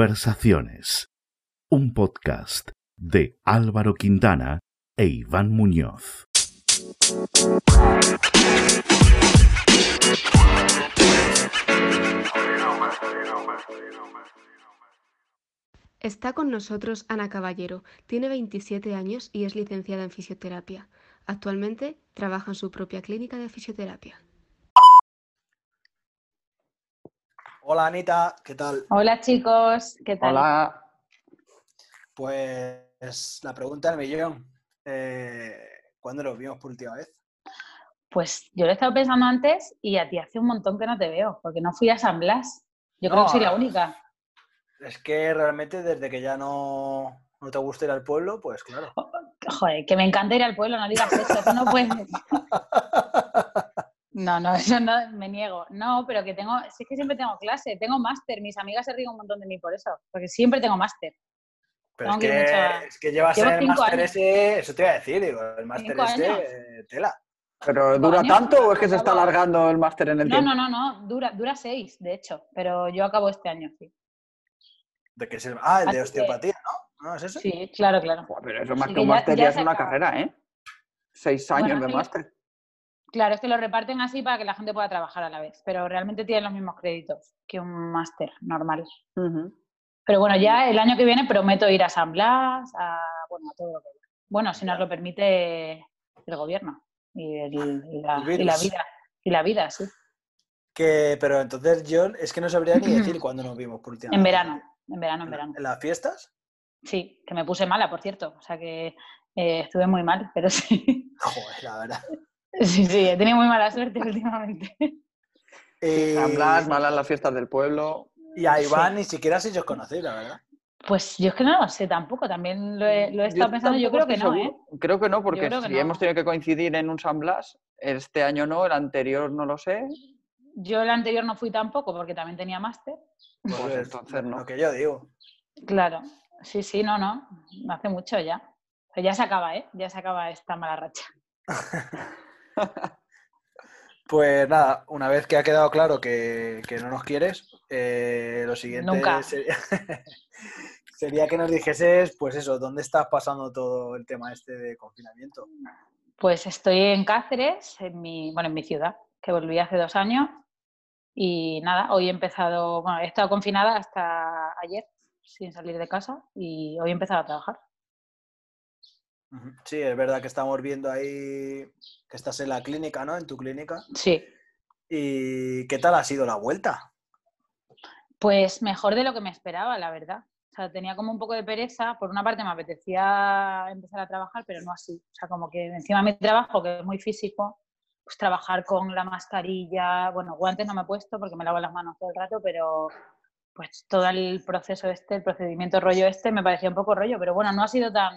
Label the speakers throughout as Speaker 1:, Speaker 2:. Speaker 1: Conversaciones, un podcast de Álvaro Quintana e Iván Muñoz.
Speaker 2: Está con nosotros Ana Caballero, tiene 27 años y es licenciada en fisioterapia. Actualmente trabaja en su propia clínica de fisioterapia.
Speaker 3: Hola Anita, ¿qué tal?
Speaker 4: Hola chicos, ¿qué tal?
Speaker 5: Hola.
Speaker 3: Pues la pregunta del millón. Eh, ¿Cuándo nos vimos por última vez?
Speaker 4: Pues yo lo he estado pensando antes y a ti hace un montón que no te veo, porque no fui a San Blas. Yo creo
Speaker 3: No,
Speaker 4: que soy la única.
Speaker 3: Es que realmente desde que ya no, no te gusta ir al pueblo, pues claro.
Speaker 4: Joder, que me encanta ir al pueblo, no digas eso, tú no puedes. No, no, eso no, me niego. No, pero que tengo, si es que siempre tengo clase, tengo máster, mis amigas se ríen un montón de mí por eso, porque siempre tengo máster.
Speaker 3: Pero es
Speaker 4: No, que
Speaker 3: que,
Speaker 4: mucha-
Speaker 3: es que llevas en
Speaker 4: Llevo
Speaker 3: el
Speaker 4: cinco
Speaker 3: máster
Speaker 4: años.
Speaker 3: ese, eso te iba a decir, digo, el máster
Speaker 4: Cinco
Speaker 3: ese,
Speaker 4: años.
Speaker 3: eh, tela.
Speaker 5: ¿Pero dura
Speaker 4: Coño,
Speaker 5: tanto o es que se está
Speaker 4: acabo.
Speaker 5: alargando el máster en el
Speaker 4: No, no,
Speaker 5: tiempo?
Speaker 4: no, no, dura, dura seis, de hecho, pero yo acabo este año, sí.
Speaker 3: De que se- ah, el
Speaker 4: Así
Speaker 3: de
Speaker 4: que-
Speaker 3: osteopatía, ¿no? ¿No es eso?
Speaker 4: Sí, claro, claro.
Speaker 5: Buah, pero eso más
Speaker 4: Sí,
Speaker 5: que un
Speaker 4: que ya-
Speaker 5: máster ya,
Speaker 4: ya
Speaker 5: es
Speaker 4: se
Speaker 5: una
Speaker 4: acaba.
Speaker 5: carrera, ¿eh? Seis años
Speaker 4: Bueno,
Speaker 5: de
Speaker 4: sí.
Speaker 5: máster.
Speaker 4: Claro, es que lo reparten así para que la gente pueda trabajar a la vez, pero realmente tienen los mismos créditos que un máster normal.
Speaker 5: Ujú.
Speaker 4: Pero bueno, ya el año que viene prometo ir a San Blas, a, bueno, a todo lo que Bueno, si nos lo permite el gobierno y, el- y la,
Speaker 3: El
Speaker 4: y la
Speaker 3: virus.
Speaker 4: vida. Y la vida, sí.
Speaker 3: Que, pero entonces yo es que no sabría ni decir cuándo nos vimos por última
Speaker 4: En
Speaker 3: vez.
Speaker 4: verano, en verano, en
Speaker 3: ¿En,
Speaker 4: verano.
Speaker 3: en las fiestas?
Speaker 4: Sí, que me puse mala, por cierto. O sea que eh, estuve muy mal, pero sí.
Speaker 3: Joder, la verdad.
Speaker 4: Sí, sí, he tenido muy mala suerte últimamente.
Speaker 3: Eh,
Speaker 5: San Blas, malas las fiestas del pueblo.
Speaker 3: y a
Speaker 4: sí.
Speaker 3: Iván ni siquiera si os conocéis, la verdad.
Speaker 4: Pues yo es que no lo sé tampoco, también lo he, lo he estado pensando, yo creo
Speaker 5: tampoco
Speaker 4: que no,
Speaker 5: estoy
Speaker 4: ¿eh?
Speaker 5: seguro. Creo que no, porque
Speaker 4: creo que
Speaker 5: si
Speaker 4: no.
Speaker 5: hemos tenido que coincidir en un San Blas, este año no, el anterior no lo sé,
Speaker 4: Yo el anterior no fui tampoco porque también tenía máster.
Speaker 3: Pues
Speaker 5: pues
Speaker 3: es
Speaker 5: entonces no.
Speaker 3: Lo que yo digo.
Speaker 4: Claro, sí, sí, no, no, hace mucho ya. Pero ya se acaba, ¿eh? Ya se acaba esta mala racha.
Speaker 3: Pues nada, una vez que ha quedado claro que, que no nos quieres, eh, lo siguiente
Speaker 4: Nunca.
Speaker 3: Sería, sería que nos dijeses, pues eso, ¿dónde estás pasando todo el tema este de confinamiento?
Speaker 4: Pues estoy en Cáceres, en mi, bueno, en mi ciudad, que volví hace dos años. Y nada, hoy he empezado, bueno, he estado confinada hasta ayer sin salir de casa y hoy he empezado a trabajar.
Speaker 3: Ujú. Sí, es verdad que estamos viendo ahí que estás en la clínica, ¿no? En tu clínica.
Speaker 4: Sí,
Speaker 3: ¿Y qué tal ha sido la vuelta?
Speaker 4: Pues mejor de lo que me esperaba, la verdad. O sea, tenía como un poco de pereza. Por una parte me apetecía empezar a trabajar, pero no así. O sea, como que encima mi trabajo, que es muy físico, pues trabajar con la mascarilla, bueno, guantes no me he puesto porque me lavo las manos todo el rato, pero pues todo el proceso este, el procedimiento rollo este, me parecía un poco rollo, pero bueno, no ha sido tan,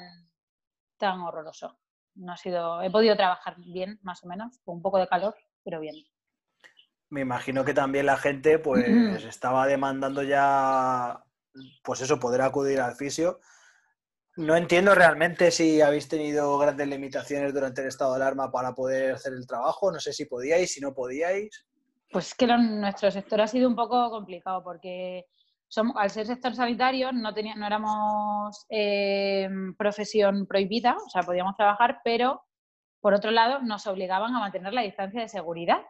Speaker 4: tan horroroso. No ha sido, he podido trabajar bien, más o menos, con un poco de calor, pero bien.
Speaker 3: Me imagino que también la gente, pues, estaba demandando ya, pues eso, poder acudir al fisio. No entiendo realmente si habéis tenido grandes limitaciones durante el estado de alarma para poder hacer el trabajo. No sé si podíais, si no podíais.
Speaker 4: Pues es que lo- nuestro sector ha sido un poco complicado porque somos, al ser sector sanitario no, tenía- no éramos eh, profesión prohibida, o sea, podíamos trabajar, pero por otro lado nos obligaban a mantener la distancia de seguridad.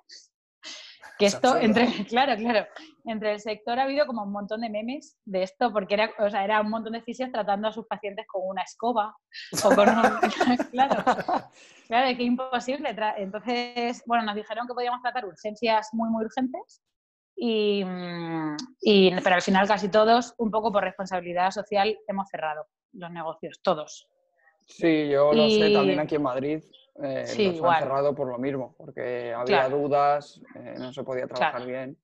Speaker 4: Que
Speaker 3: Es
Speaker 4: esto,
Speaker 3: absurdo.
Speaker 4: entre, claro, claro, entre el sector ha habido como un montón de memes de esto, porque era, o sea, era un montón de fisios tratando a sus pacientes con una escoba o con un... claro, Claro, es que imposible. tra- Entonces, bueno, nos dijeron que podíamos tratar urgencias muy, muy urgentes, y, mm, y- pero al final casi todos, un poco por responsabilidad social, hemos cerrado los negocios, todos.
Speaker 5: Sí, yo lo sé,
Speaker 4: Y-
Speaker 5: también aquí en Madrid eh,
Speaker 4: Sí,
Speaker 5: los
Speaker 4: igual.
Speaker 5: han cerrado por lo mismo, porque había
Speaker 4: Claro.
Speaker 5: dudas, eh, no se podía trabajar bien.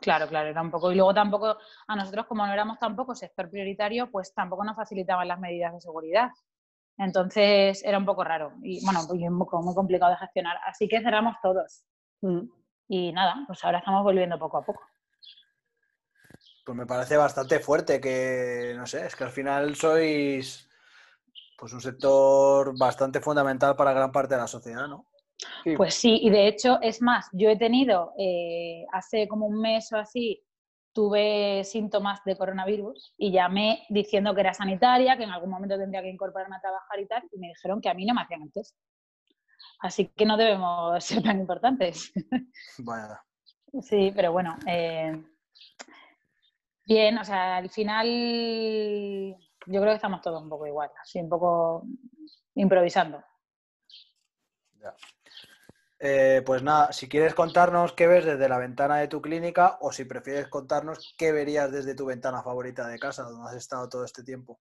Speaker 4: Claro, claro, tampoco. Y luego tampoco, a nosotros como no éramos tampoco sector prioritario, pues tampoco nos facilitaban las medidas de seguridad. Entonces era un poco raro y bueno, pues, y un poco muy complicado de gestionar. Así que cerramos todos. Mm. Y nada, pues ahora estamos volviendo poco a poco.
Speaker 3: Pues me parece bastante fuerte que, no sé, es que al final sois, pues, un sector bastante fundamental para gran parte de la sociedad, ¿no?
Speaker 5: Sí,
Speaker 4: Pues sí, y de hecho, es más, yo he tenido eh, hace como un mes o así tuve síntomas de coronavirus y llamé diciendo que era sanitaria, que en algún momento tendría que incorporarme a trabajar y tal, y me dijeron que a mí no me hacían el test. Así que no debemos ser tan importantes.
Speaker 3: Bueno,
Speaker 4: Sí, pero bueno. eh, bien, o sea, al final yo creo que estamos todos un poco igual, así un poco improvisando.
Speaker 3: eh, pues nada, si quieres contarnos qué ves desde la ventana de tu clínica o si prefieres contarnos qué verías desde tu ventana favorita de casa, donde has estado todo este tiempo.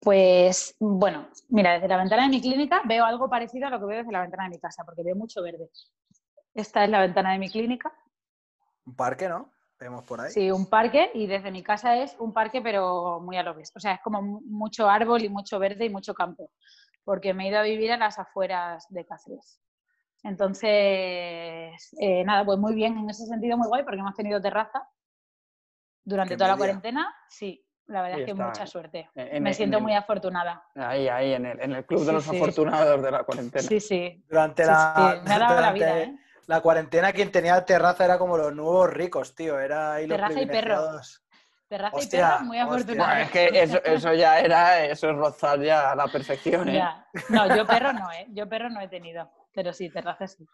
Speaker 4: Pues bueno, mira, desde la ventana de mi clínica veo algo parecido a lo que veo desde la ventana de mi casa, porque veo mucho verde. Esta es la ventana de mi clínica.
Speaker 3: Un parque, ¿no? Vemos por ahí.
Speaker 4: Sí, un parque y desde mi casa es un parque pero muy a lo bestia. O sea, es como mu- mucho árbol y mucho verde y mucho campo, porque me he ido a vivir a las afueras de Cáceres. Entonces, eh, nada, pues muy bien, en ese sentido muy guay porque hemos tenido terraza durante
Speaker 3: Qué
Speaker 4: toda la
Speaker 3: envidia.
Speaker 4: cuarentena. Sí, la verdad
Speaker 5: Ahí
Speaker 4: es que
Speaker 5: está,
Speaker 4: mucha
Speaker 5: eh.
Speaker 4: suerte.
Speaker 5: En-
Speaker 4: me
Speaker 5: en-
Speaker 4: siento
Speaker 5: en
Speaker 4: muy
Speaker 5: el-
Speaker 4: afortunada.
Speaker 5: Ahí, ahí, en el, en el club
Speaker 4: Sí,
Speaker 5: de los
Speaker 4: sí.
Speaker 5: afortunados de la cuarentena.
Speaker 4: Sí, sí.
Speaker 3: Durante
Speaker 4: Sí,
Speaker 3: la,
Speaker 4: sí, Me ha dado la vida,
Speaker 3: durante
Speaker 4: ¿eh?
Speaker 3: la cuarentena, quien tenía terraza era como los nuevos ricos, tío. Era ahí los
Speaker 4: Terraza y perro.
Speaker 3: privilegiados.
Speaker 4: Terraza y
Speaker 3: Hostia,
Speaker 4: perro, muy
Speaker 3: hostia. eh,
Speaker 4: afortunada.
Speaker 5: Bueno, es que eso, eso ya era, eso es rozar ya a la perfección, ¿eh?
Speaker 4: Ya. No, yo perro no, ¿eh? Yo perro no he tenido, pero sí, terraza sí.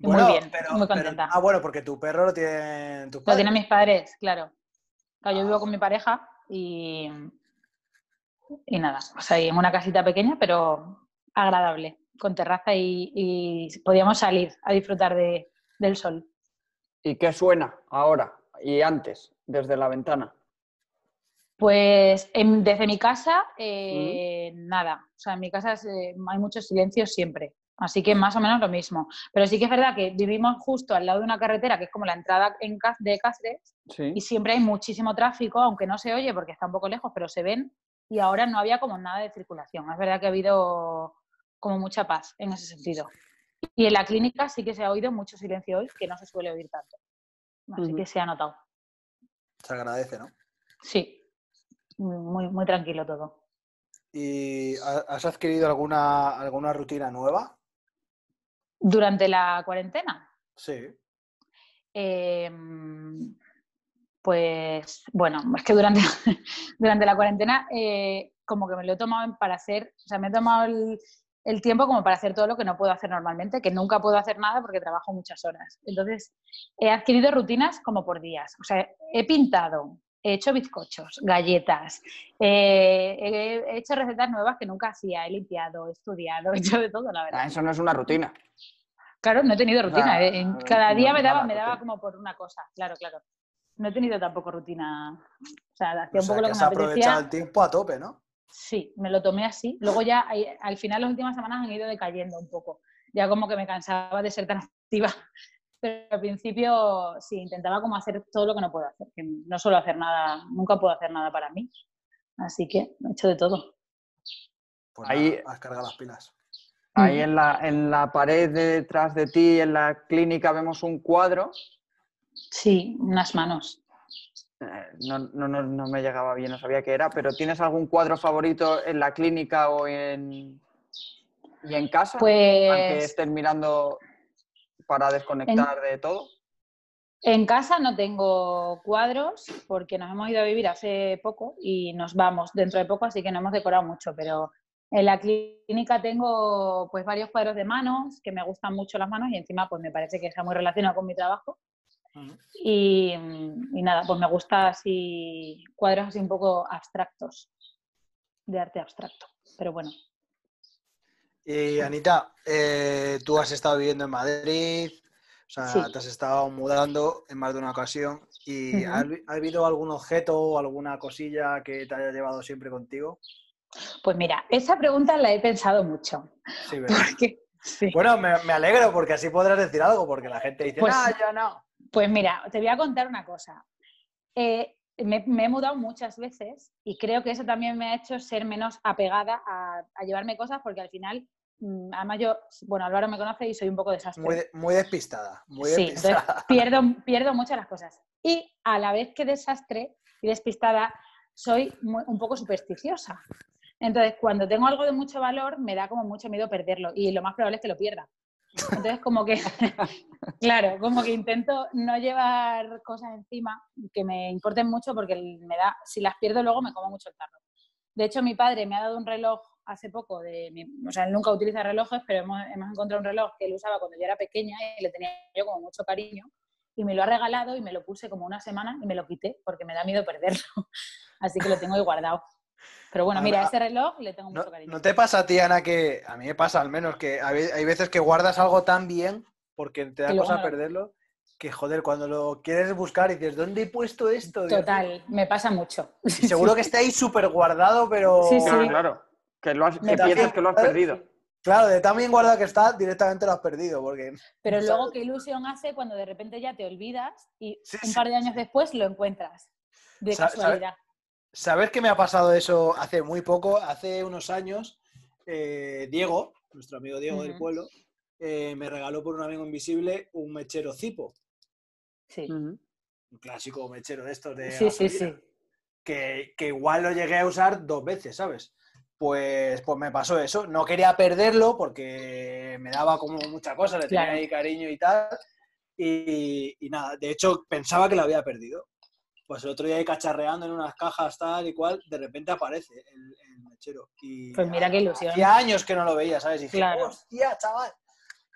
Speaker 4: Y
Speaker 3: Bueno,
Speaker 4: muy bien, muy contenta.
Speaker 3: ah, bueno, porque tu perro lo tienen tus
Speaker 4: Lo
Speaker 3: padres.
Speaker 4: tienen mis padres, claro. Claro, yo vivo con mi pareja y, y nada, o sea, y en una casita pequeña, pero agradable, con terraza y, y podíamos salir a disfrutar de, del sol.
Speaker 5: ¿Y qué suena ahora y antes, desde la ventana?
Speaker 4: Pues en- desde mi casa,
Speaker 5: Mm.
Speaker 4: eh, nada. O sea, en mi casa es, eh, hay mucho silencio siempre. Así
Speaker 5: Mm.
Speaker 4: que más o menos lo mismo. Pero sí que es verdad que vivimos justo al lado de una carretera que es como la entrada en Cá- de Cáceres
Speaker 5: Sí.
Speaker 4: y siempre hay muchísimo tráfico, aunque no se oye porque está un poco lejos, pero se ven. Y ahora no había como nada de circulación. Es verdad que ha habido como mucha paz en ese sentido. Y en la clínica sí que se ha oído mucho silencio hoy, que no se suele oír tanto. Así
Speaker 5: Ujú.
Speaker 4: que se ha notado.
Speaker 3: Se agradece, ¿no?
Speaker 4: Sí. Muy, muy tranquilo todo.
Speaker 3: ¿Y ha- has adquirido alguna, alguna rutina nueva?
Speaker 4: Durante la cuarentena,
Speaker 3: Sí.
Speaker 4: em, pues bueno, es que durante, durante la cuarentena eh, como que me lo he tomado en- para hacer, o sea, me he tomado el, el tiempo como para hacer todo lo que no puedo hacer normalmente, que nunca puedo hacer nada porque trabajo muchas horas. Entonces, he adquirido rutinas como por días. O sea, he pintado, he hecho bizcochos, galletas, eh, he, he hecho recetas nuevas que nunca hacía, he limpiado, he estudiado, he hecho de todo, la verdad.
Speaker 5: Ah, eso no es una rutina.
Speaker 4: Claro, no he tenido rutina.
Speaker 5: Nah,
Speaker 4: eh, en-
Speaker 5: no,
Speaker 4: Cada
Speaker 5: no
Speaker 4: día
Speaker 5: es
Speaker 4: me daba,
Speaker 5: mala
Speaker 4: me daba
Speaker 5: rutina.
Speaker 4: como por una cosa, claro, claro. No he tenido tampoco rutina. O sea,
Speaker 3: O
Speaker 4: hacía un
Speaker 3: sea,
Speaker 4: poco lo
Speaker 3: que
Speaker 4: que
Speaker 3: has
Speaker 4: me
Speaker 3: aprovechado el
Speaker 4: apetecía.
Speaker 3: tiempo a tope, ¿no?
Speaker 4: Sí, me lo tomé así. Luego ya, ahí- al final, las últimas semanas han ido decayendo un poco. Ya como que me cansaba de ser tan activa. Pero al principio sí, intentaba como hacer todo lo que no puedo hacer. Que no suelo hacer nada, nunca puedo hacer nada para mí. Así que he hecho de todo.
Speaker 3: Pues
Speaker 5: Ahí-
Speaker 3: nada, has cargado las pilas.
Speaker 4: Mm.
Speaker 5: Ahí en la, en la pared de detrás de ti, en la clínica, vemos un cuadro.
Speaker 4: Sí, unas manos.
Speaker 5: Eh, No, no, no, no me llegaba bien, no sabía qué era, pero ¿tienes algún cuadro favorito en la clínica o en, y en casa? Aunque
Speaker 4: Pues
Speaker 5: estés mirando para desconectar de todo.
Speaker 4: En casa no tengo cuadros porque nos hemos ido a vivir hace poco y nos vamos dentro de poco, así que no hemos decorado mucho, pero en la clínica tengo pues varios cuadros de manos, que me gustan mucho las manos y encima pues me parece que está muy relacionado con mi trabajo.
Speaker 3: Ujú.
Speaker 4: Y, mm, y nada, pues me gusta así cuadros así un poco abstractos, de arte abstracto. Pero bueno,
Speaker 3: Y Anita, eh, tú has estado viviendo en Madrid, o sea,
Speaker 4: Sí.
Speaker 3: te has estado mudando en más de una ocasión. ¿Y
Speaker 4: Ujú.
Speaker 3: ¿ha habi- ha habido algún objeto o alguna cosilla que te haya llevado siempre contigo?
Speaker 4: pues mira, esa pregunta la he pensado mucho.
Speaker 3: Sí, ¿verdad?
Speaker 4: Porque, sí.
Speaker 3: Bueno, me, me alegro porque así podrás decir algo, porque la gente dice,
Speaker 4: Pues-
Speaker 3: ah, ya no.
Speaker 4: Pues mira, te voy a contar una cosa. Eh, me, me he mudado muchas veces y creo que eso también me ha hecho ser menos apegada a, a llevarme cosas porque al final, mm, además yo, bueno, Álvaro me conoce y soy un poco desastre.
Speaker 3: Muy, de- muy despistada, muy
Speaker 4: sí, entonces
Speaker 3: despistada.
Speaker 4: pierdo, pierdo muchas las cosas. Y a la vez que desastre y despistada, soy mu- un poco supersticiosa. Entonces, cuando tengo algo de mucho valor, me da como mucho miedo perderlo y lo más probable es que lo pierda. Entonces, como que, claro, como que intento no llevar cosas encima que me importen mucho porque me da, si las pierdo luego me como mucho el tarro. De hecho, mi padre me ha dado un reloj hace poco, de mi, o sea, él nunca utiliza relojes, pero hemos, hemos, encontrado un reloj que él usaba cuando yo era pequeña y le tenía yo como mucho cariño y me lo ha regalado y me lo puse como una semana y me lo quité porque me da miedo perderlo. Así que lo tengo ahí guardado. Pero bueno, mira, a ese reloj le tengo mucho
Speaker 3: Ah, no,
Speaker 4: cariño.
Speaker 3: ¿No te pasa a ti, Ana, que a mí me pasa al menos, que hay veces que guardas algo tan bien porque te da cosa perderlo, que joder, cuando lo quieres buscar y dices, ¿dónde he puesto esto?
Speaker 4: Total, Dios? me pasa mucho.
Speaker 3: Y seguro que está ahí súper guardado, pero...
Speaker 5: Sí, sí. Claro, claro, que, lo has, que piensas bien, que lo has
Speaker 4: eh,
Speaker 5: perdido.
Speaker 3: Claro, de tan bien guardado que está, directamente lo has perdido. Porque,
Speaker 4: pero luego, ¿sabes? ¿qué ilusión hace cuando de repente ya te olvidas y sí, un par de años después lo encuentras? De casualidad.
Speaker 3: ¿sabes? ¿Sabes que me ha pasado eso hace muy poco? Hace unos años, eh, Diego, nuestro amigo Diego uh -huh. del pueblo, eh, me regaló por un amigo invisible un mechero cipo.
Speaker 4: Sí. Uh -huh.
Speaker 3: Un clásico mechero de estos de.
Speaker 4: Sí, gasolina, sí, sí.
Speaker 3: Que, que, igual lo llegué a usar dos veces, ¿sabes? Pues, pues me pasó eso. No quería perderlo porque me daba como mucha cosa, le tenía claro. ahí cariño y tal. Y, y nada, de hecho pensaba que lo había perdido pues el otro día ahí cacharreando en unas cajas tal y cual, de repente aparece el, el mechero. Y
Speaker 4: pues mira qué ilusión.
Speaker 3: Hacía años que no lo veía, ¿sabes? Y dije, claro. hostia, chaval.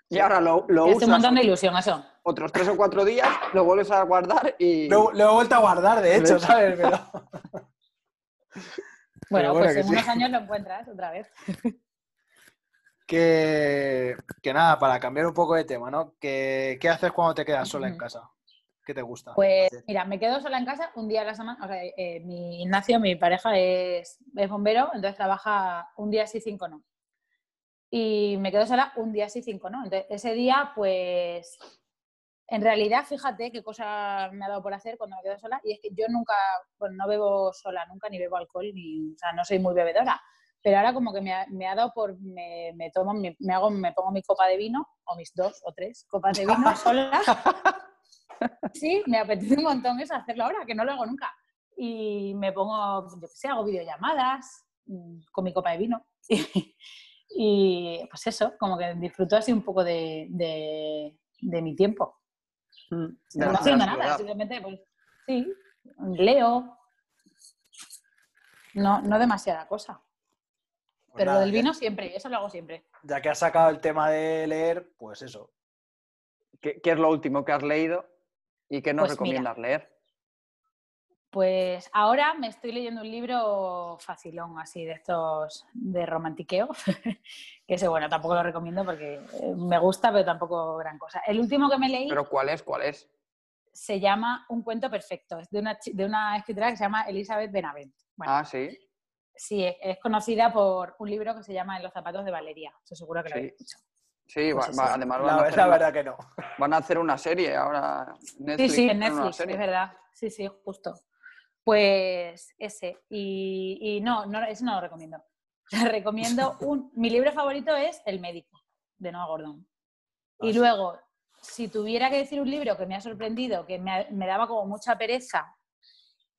Speaker 5: Y ahora lo, lo
Speaker 4: Es un montón de ilusión eso.
Speaker 5: Otros tres o cuatro días, lo vuelves a guardar y...
Speaker 3: Lo, lo he vuelto a guardar, de hecho, ¿sabes? Pero...
Speaker 4: bueno, bueno, pues en sí. unos años lo encuentras otra vez.
Speaker 3: que, que nada, para cambiar un poco de tema, ¿no? ¿Qué, qué haces cuando te quedas sola en casa? ¿Qué te gusta?
Speaker 4: Pues mira, me quedo sola en casa un día a la semana. O sea, eh, mi Ignacio, mi pareja, es, es, bombero, entonces trabaja un día sí, cinco no. Y me quedo sola un día sí, cinco no. Entonces, ese día, pues, en realidad, fíjate qué cosa me ha dado por hacer cuando me quedo sola. Y es que yo nunca, pues no bebo sola nunca, ni bebo alcohol, ni, o sea, no soy muy bebedora. Pero ahora como que me ha, me ha dado por, me, me tomo, me, me, hago, me pongo mi copa de vino, o mis dos o tres copas de vino sola. Sí, me apetece un montón eso, hacerlo ahora, que no lo hago nunca. Y me pongo, pues, yo qué sé, hago videollamadas mm, con mi copa de vino. Y, y pues eso, como que disfruto así un poco de, de, de mi tiempo. no haciendo nada, nada, simplemente, pues sí, leo. No, no demasiada cosa. Pues Pero nada, lo del vino ya, siempre, eso lo hago siempre.
Speaker 3: Ya que has sacado el tema de leer, pues eso.
Speaker 5: qué, qué es lo último que has leído? ¿Y qué nos pues recomiendas mira, leer?
Speaker 4: Pues ahora me estoy leyendo un libro facilón, así de estos de romantiqueo, que ese, bueno, tampoco lo recomiendo porque eh, me gusta, pero tampoco gran cosa. El último que me leí...
Speaker 5: ¿Pero cuál es? ¿Cuál es?
Speaker 4: Se llama Un cuento perfecto, es de una, de una escritora que se llama Elizabeth Benavent.
Speaker 5: Bueno, ah, sí.
Speaker 4: Sí, es conocida por un libro que se llama En los zapatos de Valeria, estoy seguro que lo sí. habéis escuchado.
Speaker 5: Sí, pues va, sí, va, además
Speaker 3: no, van a hacer, la verdad que no.
Speaker 5: Van a hacer una serie ahora.
Speaker 4: Netflix, sí, sí, en Netflix, es verdad. Sí, sí, justo. Pues ese. Y, y no, no, eso no lo recomiendo. recomiendo un... Mi libro favorito es El médico, de Noah Gordon. Y ah, luego, sí. si tuviera que decir un libro que me ha sorprendido, que me, me daba como mucha pereza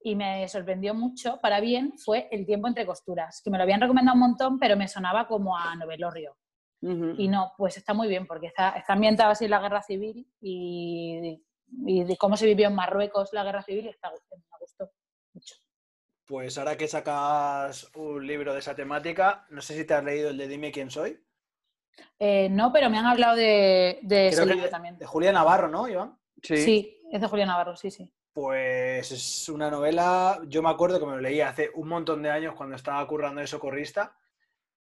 Speaker 4: y me sorprendió mucho, para bien, fue El tiempo entre costuras, que me lo habían recomendado un montón, pero me sonaba como a novelorrio. Y no, pues está muy bien, porque está, está ambientado así la guerra civil y, y, de cómo se vivió en Marruecos la guerra civil, está, me gustó mucho.
Speaker 3: Pues ahora que sacas un libro de esa temática, no sé si te has leído el de Dime quién soy.
Speaker 4: Eh, no, pero me han hablado de, de ese libro
Speaker 3: de,
Speaker 4: también.
Speaker 3: De Julia Navarro, ¿no, Iván?
Speaker 4: Sí. sí, es de Julia Navarro, sí, sí.
Speaker 3: Pues es una novela, yo me acuerdo que me lo leí hace un montón de años cuando estaba currando de socorrista.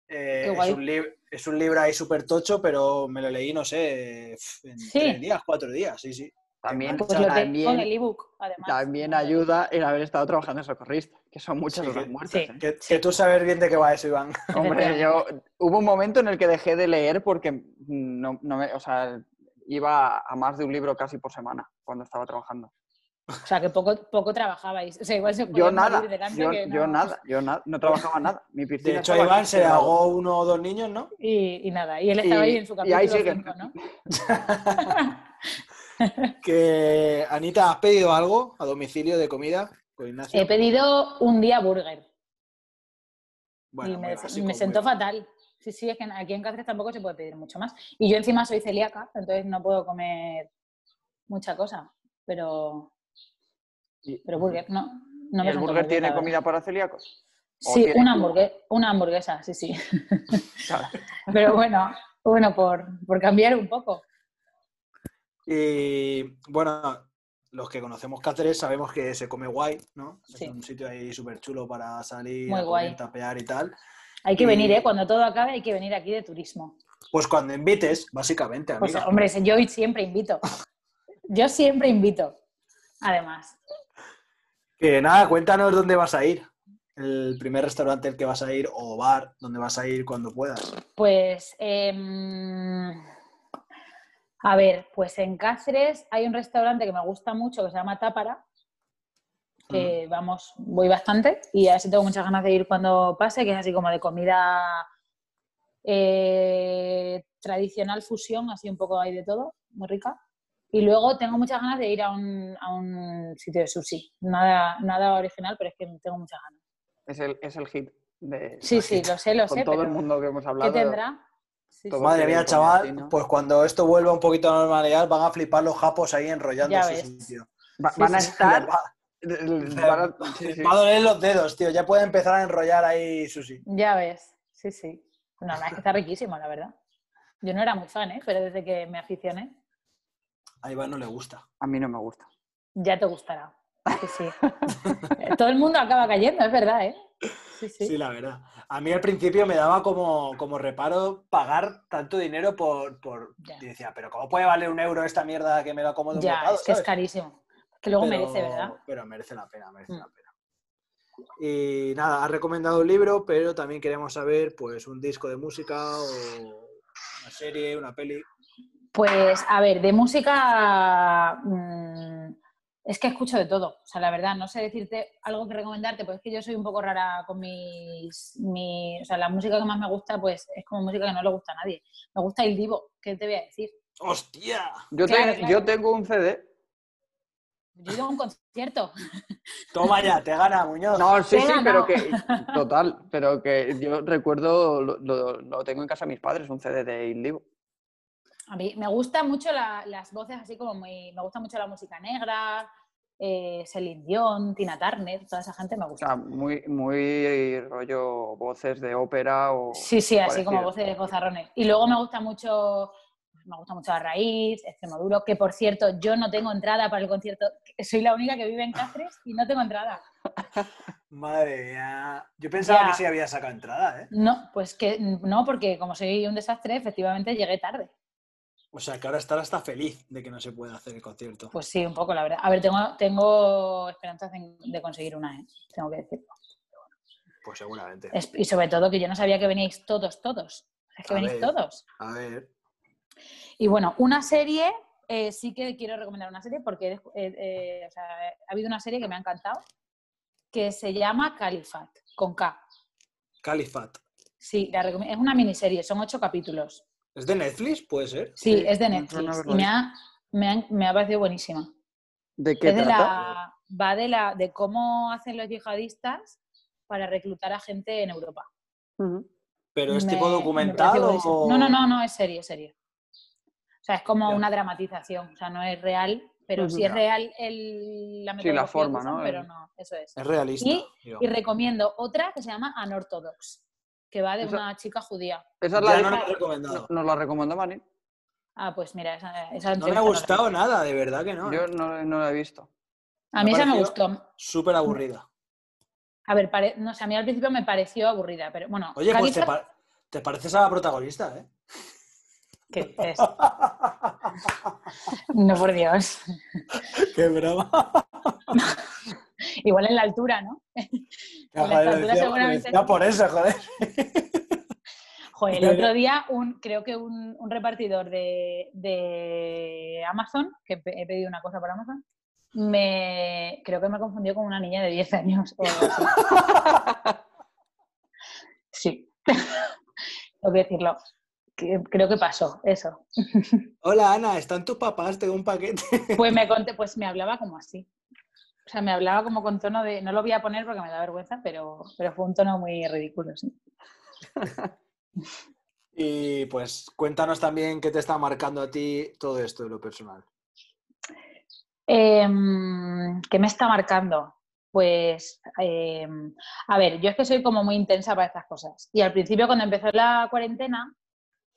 Speaker 3: Eh, es, un es, un libro ahí súper tocho, pero me lo leí, no sé, en ¿Sí? tres días, cuatro días, sí, sí.
Speaker 5: También, pues lo
Speaker 4: también, con el ebook, además.
Speaker 5: también ayuda el haber estado trabajando en socorrista, que son muchas horas sí, muertas.
Speaker 3: Sí, ¿eh? que, que, tú sabes bien de qué va eso, Iván.
Speaker 5: Hombre, yo hubo un momento en el que dejé de leer porque no, no me, o sea, iba a más de un libro casi por semana cuando estaba trabajando.
Speaker 4: O sea, que poco, poco trabajabais. O sea, igual se
Speaker 5: yo nada, yo, no... yo, nada, yo nada, no trabajaba nada. Mi
Speaker 3: de hecho, Iván se ahogó uno o dos niños, ¿no?
Speaker 4: Y, y nada, y él estaba y, ahí en su capítulo y ahí sigue. Cinco, ¿no?
Speaker 3: que, Anita, ¿has pedido algo a domicilio de comida Pues,
Speaker 4: con Ignacio? He pedido un día burger. Bueno, y me, básico, me sentó fatal. Sí, sí, es que aquí en Cáceres tampoco se puede pedir mucho más. Y yo encima soy celíaca, entonces no puedo comer mucha cosa, pero, pero burger no. no me
Speaker 5: ¿Y el
Speaker 4: siento
Speaker 5: burger tiene
Speaker 4: completa,
Speaker 5: comida para celíacos? ¿O
Speaker 4: Sí,
Speaker 5: tiene
Speaker 4: una,
Speaker 5: crudo?
Speaker 4: hamburgue- una hamburguesa, sí, sí.
Speaker 5: Claro.
Speaker 4: Pero bueno, bueno, por, por cambiar un poco.
Speaker 3: Y bueno, los que conocemos Cáceres sabemos que se come guay, ¿no?
Speaker 4: Sí.
Speaker 3: Es un sitio ahí súper chulo para salir,
Speaker 4: Muy
Speaker 3: a
Speaker 4: guay.
Speaker 3: comer, tapear y tal.
Speaker 4: Hay
Speaker 5: Mm.
Speaker 4: que
Speaker 3: Y-
Speaker 4: venir, ¿eh? Cuando todo acabe hay que venir aquí de turismo.
Speaker 3: Pues cuando invites, básicamente,
Speaker 4: Pues
Speaker 3: amiga.
Speaker 4: hombre, yo siempre invito. Yo siempre invito. Además,
Speaker 3: Que nada, cuéntanos dónde vas a ir. El primer restaurante al que vas a ir o bar, donde vas a ir cuando puedas.
Speaker 4: pues... em, a ver, pues en Cáceres hay un restaurante que me gusta mucho que se llama Tápara,
Speaker 5: Mm.
Speaker 4: que vamos, voy bastante y así tengo muchas ganas de ir cuando pase, que es así como de comida eh, tradicional, fusión, así un poco hay de todo, muy rica. Y luego tengo muchas ganas de ir a un, a un sitio de sushi. Nada, nada original, pero es que tengo muchas ganas.
Speaker 5: Es el, es el hit de
Speaker 4: Sí, sí, lo sé, lo
Speaker 5: con
Speaker 4: sé.
Speaker 5: todo el
Speaker 4: pero
Speaker 5: mundo que hemos
Speaker 4: ¿Qué
Speaker 5: hablado.
Speaker 4: tendrá? Sí,
Speaker 5: todo
Speaker 4: sí.
Speaker 3: Madre
Speaker 5: Sí,
Speaker 3: mía,
Speaker 5: comida
Speaker 3: chaval,
Speaker 5: china.
Speaker 3: pues cuando esto vuelva un poquito a la normalidad van a flipar los japos ahí enrollando
Speaker 4: Ya
Speaker 3: su
Speaker 4: ves.
Speaker 3: sitio.
Speaker 5: Va- van a estar. eh,
Speaker 3: Les va-
Speaker 5: van a- sí, sí.
Speaker 3: les va a doler los dedos, tío. Ya pueden empezar a enrollar ahí sushi.
Speaker 4: Ya ves, sí, sí. No, no, es que está riquísimo, la verdad. Yo no era muy fan, ¿eh? pero desde que me aficioné,
Speaker 3: A Iván no le gusta.
Speaker 5: A mí no me gusta.
Speaker 4: Ya te gustará. Sí, sí. Eh, Todo el mundo acaba cayendo, es verdad, ¿eh? Sí, sí.
Speaker 3: Sí, la verdad. A mí al principio me daba como, como reparo pagar tanto dinero por... por...
Speaker 4: Ya.
Speaker 3: Y decía, pero ¿cómo puede valer un euro esta mierda que me la como de un
Speaker 4: ya,
Speaker 3: bocado,
Speaker 4: es que es
Speaker 3: sabes?
Speaker 4: carísimo. Que luego
Speaker 3: Pero-
Speaker 4: merece, ¿verdad?
Speaker 3: Pero merece la pena, merece
Speaker 4: Mm.
Speaker 3: la pena. Y nada, has recomendado un libro, pero también queremos saber, pues, un disco de música o una serie, una peli.
Speaker 4: Pues, a ver, de música. mm, es que escucho de todo. O sea, la verdad, no sé decirte algo que recomendarte, pues es que yo soy un poco rara con mis. mi- o sea, la música que más me gusta, pues es como música que no le gusta a nadie. Me gusta el Divo, ¿qué te voy a decir?
Speaker 3: ¡Hostia!
Speaker 5: Yo,
Speaker 4: Claro,
Speaker 5: te-
Speaker 4: claro.
Speaker 5: yo tengo un CD.
Speaker 4: Yo he ido a un concierto.
Speaker 3: Toma ya, te gana, Muñoz.
Speaker 5: No, sí, sí,
Speaker 4: Venga,
Speaker 5: pero
Speaker 4: no.
Speaker 5: que. Total, pero que yo recuerdo, lo, lo- lo tengo en casa de mis padres, un CD de Il Divo.
Speaker 4: A mí me gusta mucho la- las voces así como muy... Me gusta mucho la música negra, eh, Celine Dion, Tina Turner, toda esa gente me
Speaker 5: O
Speaker 4: gusta.
Speaker 5: sea, muy, muy rollo voces de ópera o.
Speaker 4: sí, sí, así como
Speaker 5: parecido.
Speaker 4: voces bozarrones. Y luego me gusta mucho... Me gusta mucho La Raíz, Extremoduro, que por cierto, yo no tengo entrada para el concierto. Soy la única que vive en Cáceres y no tengo entrada.
Speaker 3: Madre mía. Yo pensaba
Speaker 4: Ya.
Speaker 3: que sí había sacado entrada, ¿eh?
Speaker 4: No, pues que no, porque como soy un desastre, efectivamente llegué tarde.
Speaker 3: O sea, que ahora estará hasta feliz de que no se pueda hacer el concierto.
Speaker 4: Pues sí, un poco, la verdad. A ver, tengo, tengo esperanzas de, de conseguir una, ¿eh? tengo que decir.
Speaker 3: Pues seguramente.
Speaker 4: Es- y sobre todo que yo no sabía que veníais todos, todos. Es que
Speaker 3: A
Speaker 4: venís
Speaker 3: ver.
Speaker 4: todos.
Speaker 3: A ver.
Speaker 4: Y bueno, una serie, eh, sí que quiero recomendar una serie porque eh, eh, o sea, ha habido una serie que me ha encantado que se llama Califat, con K.
Speaker 3: Califat.
Speaker 4: Sí, la recome- es una miniserie, son ocho capítulos.
Speaker 3: ¿Es de Netflix? Puede ser.
Speaker 4: Sí,
Speaker 5: Sí,
Speaker 4: es de
Speaker 5: me suena
Speaker 4: Netflix
Speaker 5: haberlo
Speaker 4: y me ha, me ha- me ha parecido buenísima.
Speaker 5: ¿De qué
Speaker 4: Es de
Speaker 5: trata?
Speaker 4: la, va de, la, de cómo hacen los yihadistas para reclutar a gente en Europa.
Speaker 5: Ujú.
Speaker 3: ¿Pero es
Speaker 4: Me-
Speaker 3: tipo
Speaker 4: me
Speaker 3: documental
Speaker 4: parece buenísimo.
Speaker 3: o...?
Speaker 4: No, no, no, no, es serio, es serio. O sea, es como
Speaker 3: Ya.
Speaker 4: una dramatización, o sea, no es real, pero
Speaker 5: Ujú.
Speaker 4: sí es
Speaker 5: Ya.
Speaker 4: real el, la
Speaker 5: Sí, la
Speaker 4: metodología que
Speaker 5: forma,
Speaker 4: usan,
Speaker 5: ¿no?
Speaker 4: Pero
Speaker 5: El-
Speaker 4: no, eso es.
Speaker 3: Es realista.
Speaker 4: Y-
Speaker 3: digamos.
Speaker 4: Y recomiendo otra que se llama Anorthodox, que va de
Speaker 5: Esa-
Speaker 4: una chica judía.
Speaker 5: Esa
Speaker 3: Ya
Speaker 5: es la
Speaker 3: no
Speaker 5: de-
Speaker 3: lo he recomendado.
Speaker 5: no- Nos la recomendó Mani.
Speaker 4: Ah, pues mira, esa, esa
Speaker 3: No me
Speaker 4: entrevista
Speaker 3: ha
Speaker 4: la-
Speaker 3: gustado nada, de verdad que no. ¿eh?
Speaker 5: Yo no, no la he visto.
Speaker 4: A
Speaker 3: me
Speaker 4: mí esa me
Speaker 3: pareció-
Speaker 4: gustó.
Speaker 3: Súper aburrida.
Speaker 4: A ver, pare- no sé, a mí al principio me pareció aburrida, pero bueno,
Speaker 3: Oye, pues te,
Speaker 4: Califa-
Speaker 3: pa- te pareces a la protagonista, ¿eh?
Speaker 4: ¿Qué dices? No, por Dios.
Speaker 3: ¡Qué brava!
Speaker 4: Igual en la altura, ¿no? En la
Speaker 3: Joder, lo
Speaker 4: estatura
Speaker 3: decía- lo
Speaker 4: seguramente-
Speaker 3: decía por eso, joder.
Speaker 4: Joder, el
Speaker 3: Pero-
Speaker 4: otro día un, creo que un, un repartidor de, de Amazon, que pe- he pedido una cosa por Amazon, me creo que me confundió con una niña de 10 años. o algo así. Sí, tengo que decirlo. Que- Creo que pasó eso.
Speaker 3: Hola, Ana, ¿están tus papás? Tengo un paquete.
Speaker 4: Pues me, conté- pues me hablaba como así. O sea, me hablaba como con tono de... No lo voy a poner porque me da vergüenza, pero, pero fue un tono muy ridículo, sí.
Speaker 3: Y pues cuéntanos también qué te está marcando a ti todo esto de lo personal.
Speaker 4: Eh, ¿Qué me está marcando? Pues, eh, a ver, yo es que soy como muy intensa para estas cosas. Y al principio, cuando empezó la cuarentena,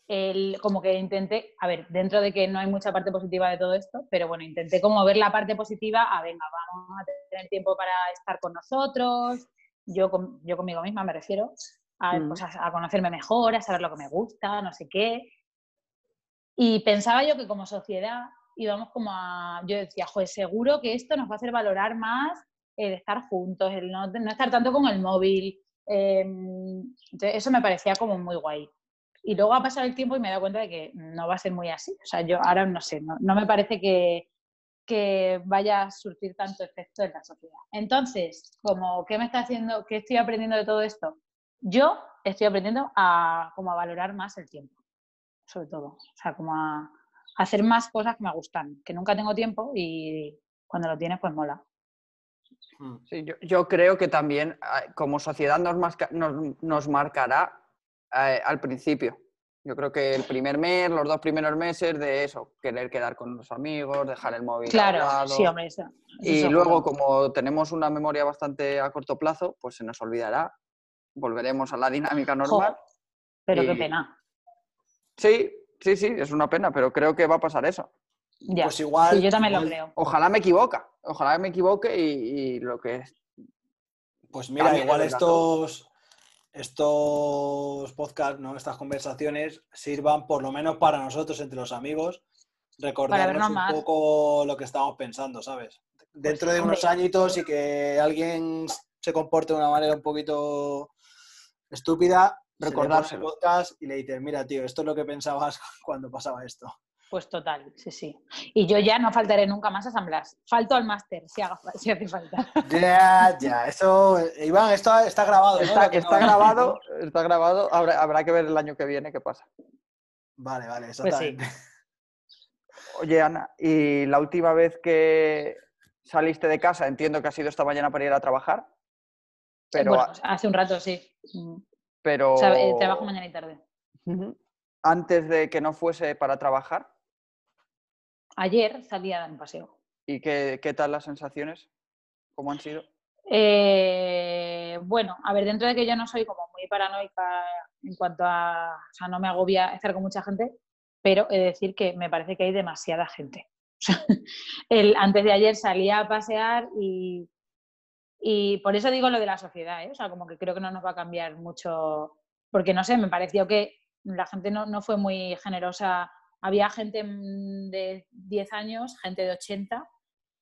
Speaker 4: el, como que intenté, a ver, dentro de que no hay mucha parte positiva de todo esto, pero bueno, intenté como ver la parte positiva, a venga, vamos a tener tiempo para estar con nosotros, yo, con, yo conmigo misma me refiero, a, pues, a, a, conocerme mejor, a saber lo que me gusta, no sé qué. Y pensaba yo que como sociedad íbamos como a, yo decía, joder, seguro que esto nos va a hacer valorar más el estar juntos, el no, no estar tanto con el móvil. Eh, entonces eso me parecía como muy guay. Y luego ha pasado el tiempo y me he dado cuenta de que no va a ser muy así. O sea, yo ahora no sé, no, no me parece que, que vaya a surtir tanto efecto en la sociedad. Entonces, como, ¿qué me está haciendo, qué estoy aprendiendo de todo esto? Yo estoy aprendiendo a, como a valorar más el tiempo, sobre todo. O sea, como a, a hacer más cosas que me gustan, que nunca tengo tiempo y cuando lo tienes, pues mola.
Speaker 3: Hmm.
Speaker 5: Sí, yo, yo, creo que también ah, como sociedad nos, marca, nos, nos marcará eh, al principio. Yo creo que el primer mes, los dos primeros meses de eso, querer quedar con los amigos, dejar el móvil.
Speaker 4: Claro, lado. sí, hombre, eso, eso
Speaker 5: y eso luego, ocurre. como tenemos una memoria bastante a corto plazo, pues se nos olvidará. Volveremos a la dinámica normal. Jo,
Speaker 4: pero y... qué pena.
Speaker 5: Sí, sí, sí, es una pena, pero creo que va a pasar eso.
Speaker 4: Ya, pues igual. Sí, yo también igual... lo creo.
Speaker 5: Ojalá me equivoca, ojalá me equivoque y, y lo que.
Speaker 3: Pues mira, también igual estos estos podcasts, ¿no? estas conversaciones sirvan por lo menos para nosotros entre los amigos, recordarnos un más. poco lo que estamos pensando, ¿sabes? Dentro de unos añitos y que alguien se comporte de una manera un poquito estúpida, recordarse el podcast y le dices, mira, tío, esto es lo que pensabas cuando pasaba esto.
Speaker 4: Pues total, sí, sí. Y yo ya no faltaré nunca más a San Blas. Falto al máster, si, haga, si hace falta.
Speaker 3: Ya, yeah, ya. Yeah. Eso, Iván, esto está grabado. ¿no?
Speaker 5: Está, está grabado, está grabado. Habrá, habrá, que ver el año que viene qué pasa.
Speaker 3: Vale, vale, exactamente. Pues
Speaker 5: sí. Oye, Ana, ¿y la última vez que saliste de casa, entiendo que ha sido esta mañana para ir a trabajar?
Speaker 4: Pero... Bueno, hace un rato, sí. Mm.
Speaker 5: Pero... O
Speaker 4: sea, eh, trabajo mañana y tarde. Uh
Speaker 5: -huh. Antes de que no fuese para trabajar,
Speaker 4: Ayer salí a dar un paseo.
Speaker 5: ¿Y qué, qué tal las sensaciones? ¿Cómo han sido?
Speaker 4: Eh, bueno, a ver, dentro de que yo no soy como muy paranoica en cuanto a, o sea, no me agobia estar con mucha gente, pero he de decir que me parece que hay demasiada gente. El, antes de ayer salía a pasear y, y por eso digo lo de la sociedad, ¿eh? o sea, como que creo que no nos va a cambiar mucho, porque no sé, me pareció que la gente no, no fue muy generosa había gente mm, de 10 años, gente de 80,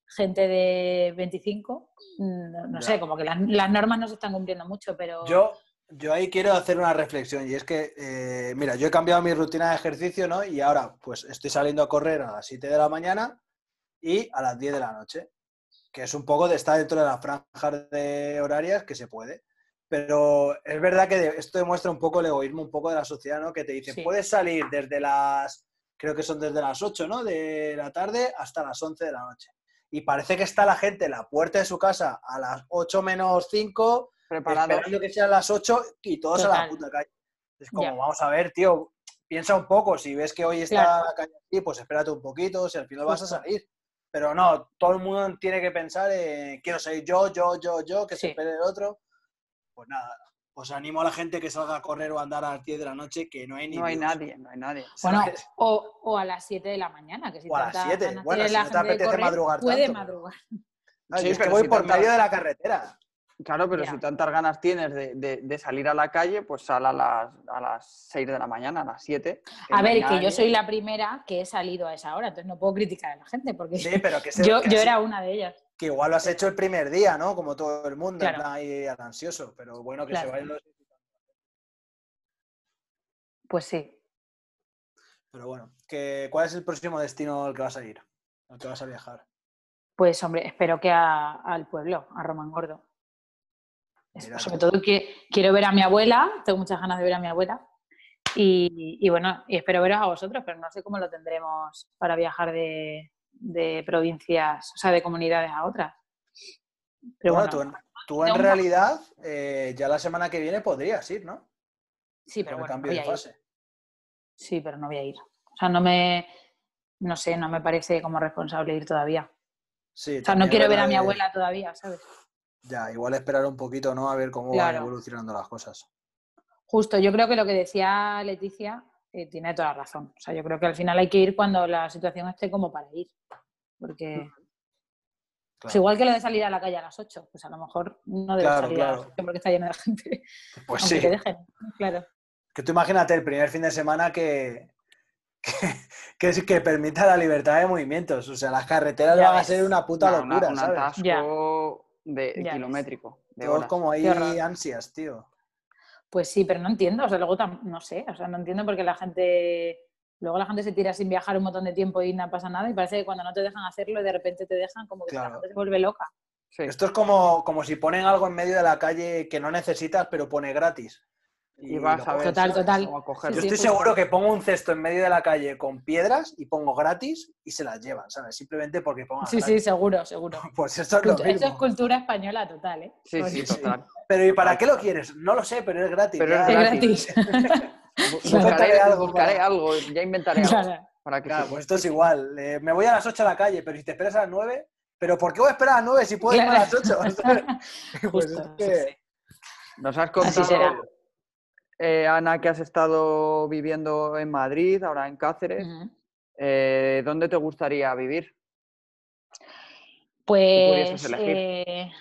Speaker 4: gente de 25. No, no sé, como que las, las, normas no se están cumpliendo mucho, pero...
Speaker 3: Yo, yo ahí quiero hacer una reflexión y es que, eh, mira, yo he cambiado mi rutina de ejercicio, ¿no? Y ahora pues estoy saliendo a correr a las 7 de la mañana y a las 10 de la noche, que es un poco de estar dentro de las franjas de horarias que se puede. Pero es verdad que esto demuestra un poco el egoísmo, un poco de la sociedad, ¿no? Que te dicen, sí. puedes salir desde las creo que son desde las 8 ¿no? de la tarde hasta las 11 de la noche. Y parece que está la gente en la puerta de su casa a las 8 menos 5, Preparado. esperando que sean las 8 y todos Total. a la puta calle. Es como, ya. vamos a ver, tío, piensa un poco, si ves que hoy está claro. la calle aquí, pues espérate un poquito, si al final vas a salir. Pero no, todo el mundo tiene que pensar, eh, quiero salir yo, yo, yo, yo, que sí. se espere el otro. Pues nada, os animo a la gente que salga a correr o a andar a las 10 de la noche, que no hay ni
Speaker 5: No hay Dios. nadie, no hay nadie.
Speaker 4: Bueno, o, o, a las 7 de la mañana, que si
Speaker 3: o a las 7, bueno, si no te apetece correr, madrugar
Speaker 4: puede
Speaker 3: tanto,
Speaker 4: madrugar.
Speaker 3: No, sí, yo es que voy si por tantas... medio de la carretera.
Speaker 5: Claro, pero ya. si tantas ganas tienes de, de, de, salir a la calle, pues sal a las, a las 6 de la mañana, a las 7.
Speaker 4: A ver, que yo soy la primera que he salido a esa hora, entonces no puedo criticar a la gente, porque
Speaker 3: sí, pero que se,
Speaker 4: yo,
Speaker 3: que
Speaker 4: yo era una de ellas
Speaker 3: que igual lo has hecho el primer día, ¿no? Como todo el mundo, claro. está ahí ansioso, pero bueno, que claro. se vayan los...
Speaker 4: Pues sí.
Speaker 3: Pero bueno, ¿qué, ¿cuál es el próximo destino al que vas a ir? ¿Al que vas a viajar?
Speaker 4: Pues hombre, espero que a, al pueblo, a Román Gordo. Mira, Pues Sobre todo que quiero ver a mi abuela, tengo muchas ganas de ver a mi abuela. Y, y bueno, y espero veros a vosotros, pero no sé cómo lo tendremos para viajar de, de provincias, o sea, de comunidades a otras.
Speaker 3: Pero bueno, bueno tú, tú en realidad eh, ya la semana que viene podrías ir, ¿no?
Speaker 4: Sí, pero Con bueno, el cambio de fase. Sí, pero no voy a ir. O sea, no me, no sé, no me parece como responsable ir todavía.
Speaker 3: Sí,
Speaker 4: O sea, no
Speaker 3: también
Speaker 4: quiero
Speaker 3: la
Speaker 4: ver a
Speaker 3: verdad
Speaker 4: mi
Speaker 3: de-
Speaker 4: abuela todavía, ¿sabes?
Speaker 3: Ya, igual esperar un poquito, ¿no? A ver cómo
Speaker 4: Claro.
Speaker 3: van evolucionando las cosas.
Speaker 4: Justo, yo creo que lo que decía Leticia eh, tiene toda la razón. O sea, yo creo que al final hay que ir cuando la situación esté como para ir. Porque pues
Speaker 3: Mm, Claro.
Speaker 4: igual que lo de salir a la calle a las 8, pues a lo mejor no debes
Speaker 3: Claro,
Speaker 4: salir a las
Speaker 3: claro.
Speaker 4: 8 porque está lleno de gente.
Speaker 3: Pues
Speaker 4: aunque
Speaker 3: sí.
Speaker 4: te dejen, claro.
Speaker 3: Que tú imagínate el primer fin de semana que, que, que, que permita la libertad de movimientos. O sea, las carreteras
Speaker 4: Ya
Speaker 3: van a
Speaker 4: ves.
Speaker 3: ser una puta
Speaker 5: Una- una-
Speaker 3: locura,
Speaker 5: un
Speaker 3: ¿sabes?
Speaker 5: atasco
Speaker 4: Ya.
Speaker 5: de
Speaker 4: Ya ves.
Speaker 5: kilométrico. De
Speaker 3: Todos
Speaker 5: horas.
Speaker 3: como ahí
Speaker 4: Qué horror.
Speaker 3: ansias, tío.
Speaker 4: Pues sí, pero no entiendo. O sea, luego tam- no sé, o sea, no entiendo porque la gente. Luego la gente se tira sin viajar un montón de tiempo y no pasa nada. Y parece que cuando no te dejan hacerlo, de repente te dejan como que la
Speaker 3: Claro.
Speaker 4: gente se vuelve loca.
Speaker 5: Sí.
Speaker 3: Esto es como, como si ponen algo en medio de la calle que no necesitas, pero pone gratis.
Speaker 5: Y vas
Speaker 3: lo
Speaker 5: a ver.
Speaker 4: Total,
Speaker 5: ¿sabes?
Speaker 4: total.
Speaker 5: O a cogerlo.
Speaker 3: Yo
Speaker 4: Sí,
Speaker 3: estoy
Speaker 4: justo.
Speaker 3: seguro que pongo un cesto en medio de la calle con piedras y pongo gratis y se las llevan, ¿sabes? Simplemente porque pongan
Speaker 4: Sí, sí,
Speaker 3: gratis.
Speaker 4: seguro, seguro.
Speaker 3: Pues esto es lo
Speaker 4: Cultu- Eso es
Speaker 3: mismo.
Speaker 4: cultura española total, ¿eh?
Speaker 5: Sí,
Speaker 4: Porque-
Speaker 5: sí,
Speaker 3: sí.
Speaker 5: total.
Speaker 3: Pero ¿y para qué lo quieres? No lo sé, pero es gratis.
Speaker 5: Pero es
Speaker 3: ya.
Speaker 4: Es
Speaker 5: gratis.
Speaker 4: gratis.
Speaker 5: Bu-
Speaker 4: Claro.
Speaker 5: Buscaré,
Speaker 3: Inventaré algo
Speaker 5: buscaré
Speaker 3: para-
Speaker 5: algo, ya inventaré algo
Speaker 4: Claro.
Speaker 5: para que
Speaker 3: Claro,
Speaker 5: sí.
Speaker 3: pues esto es igual. eh, me voy a las 8 a la calle, pero si te esperas a las 9, ¿pero por qué voy a esperar a las 9 si puedo irme a las 8? Pues es
Speaker 4: Justo,
Speaker 3: que-
Speaker 4: sí, sí.
Speaker 5: Nos has
Speaker 4: Así será.
Speaker 5: contado, eh, Ana, que has estado viviendo en Madrid, ahora en Cáceres.
Speaker 4: Ujú.
Speaker 5: Eh, ¿Dónde te gustaría vivir? pudieses
Speaker 4: Pues,
Speaker 5: elegir.
Speaker 4: eh,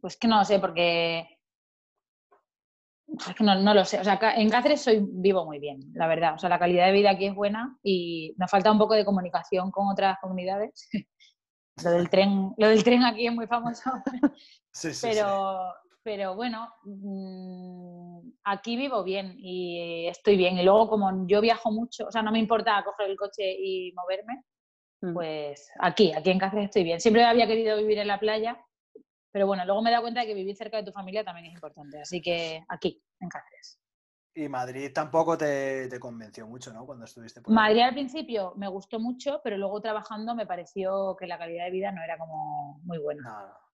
Speaker 4: pues que no lo sé, porque es que no, no lo sé. O sea, acá- en Cáceres soy, vivo muy bien, la verdad. O sea, la calidad de vida aquí es buena y nos falta un poco de comunicación con otras comunidades. lo del tren, lo del tren aquí es muy famoso,
Speaker 3: Sí, sí, sí.
Speaker 4: pero, pero bueno, mm, aquí vivo bien y estoy bien. Y luego como yo viajo mucho, o sea, no me importa coger el coche y moverme,
Speaker 3: Mm.
Speaker 4: pues aquí, aquí en Cáceres estoy bien. Siempre había querido vivir en la playa, pero bueno, luego me he dado cuenta de que vivir cerca de tu familia también es importante. Así que aquí, en Cáceres.
Speaker 3: Y Madrid tampoco te, te convenció mucho, ¿no? Cuando estuviste por ahí.
Speaker 4: Madrid al principio me gustó mucho, pero luego trabajando me pareció que la calidad de vida no era como muy buena.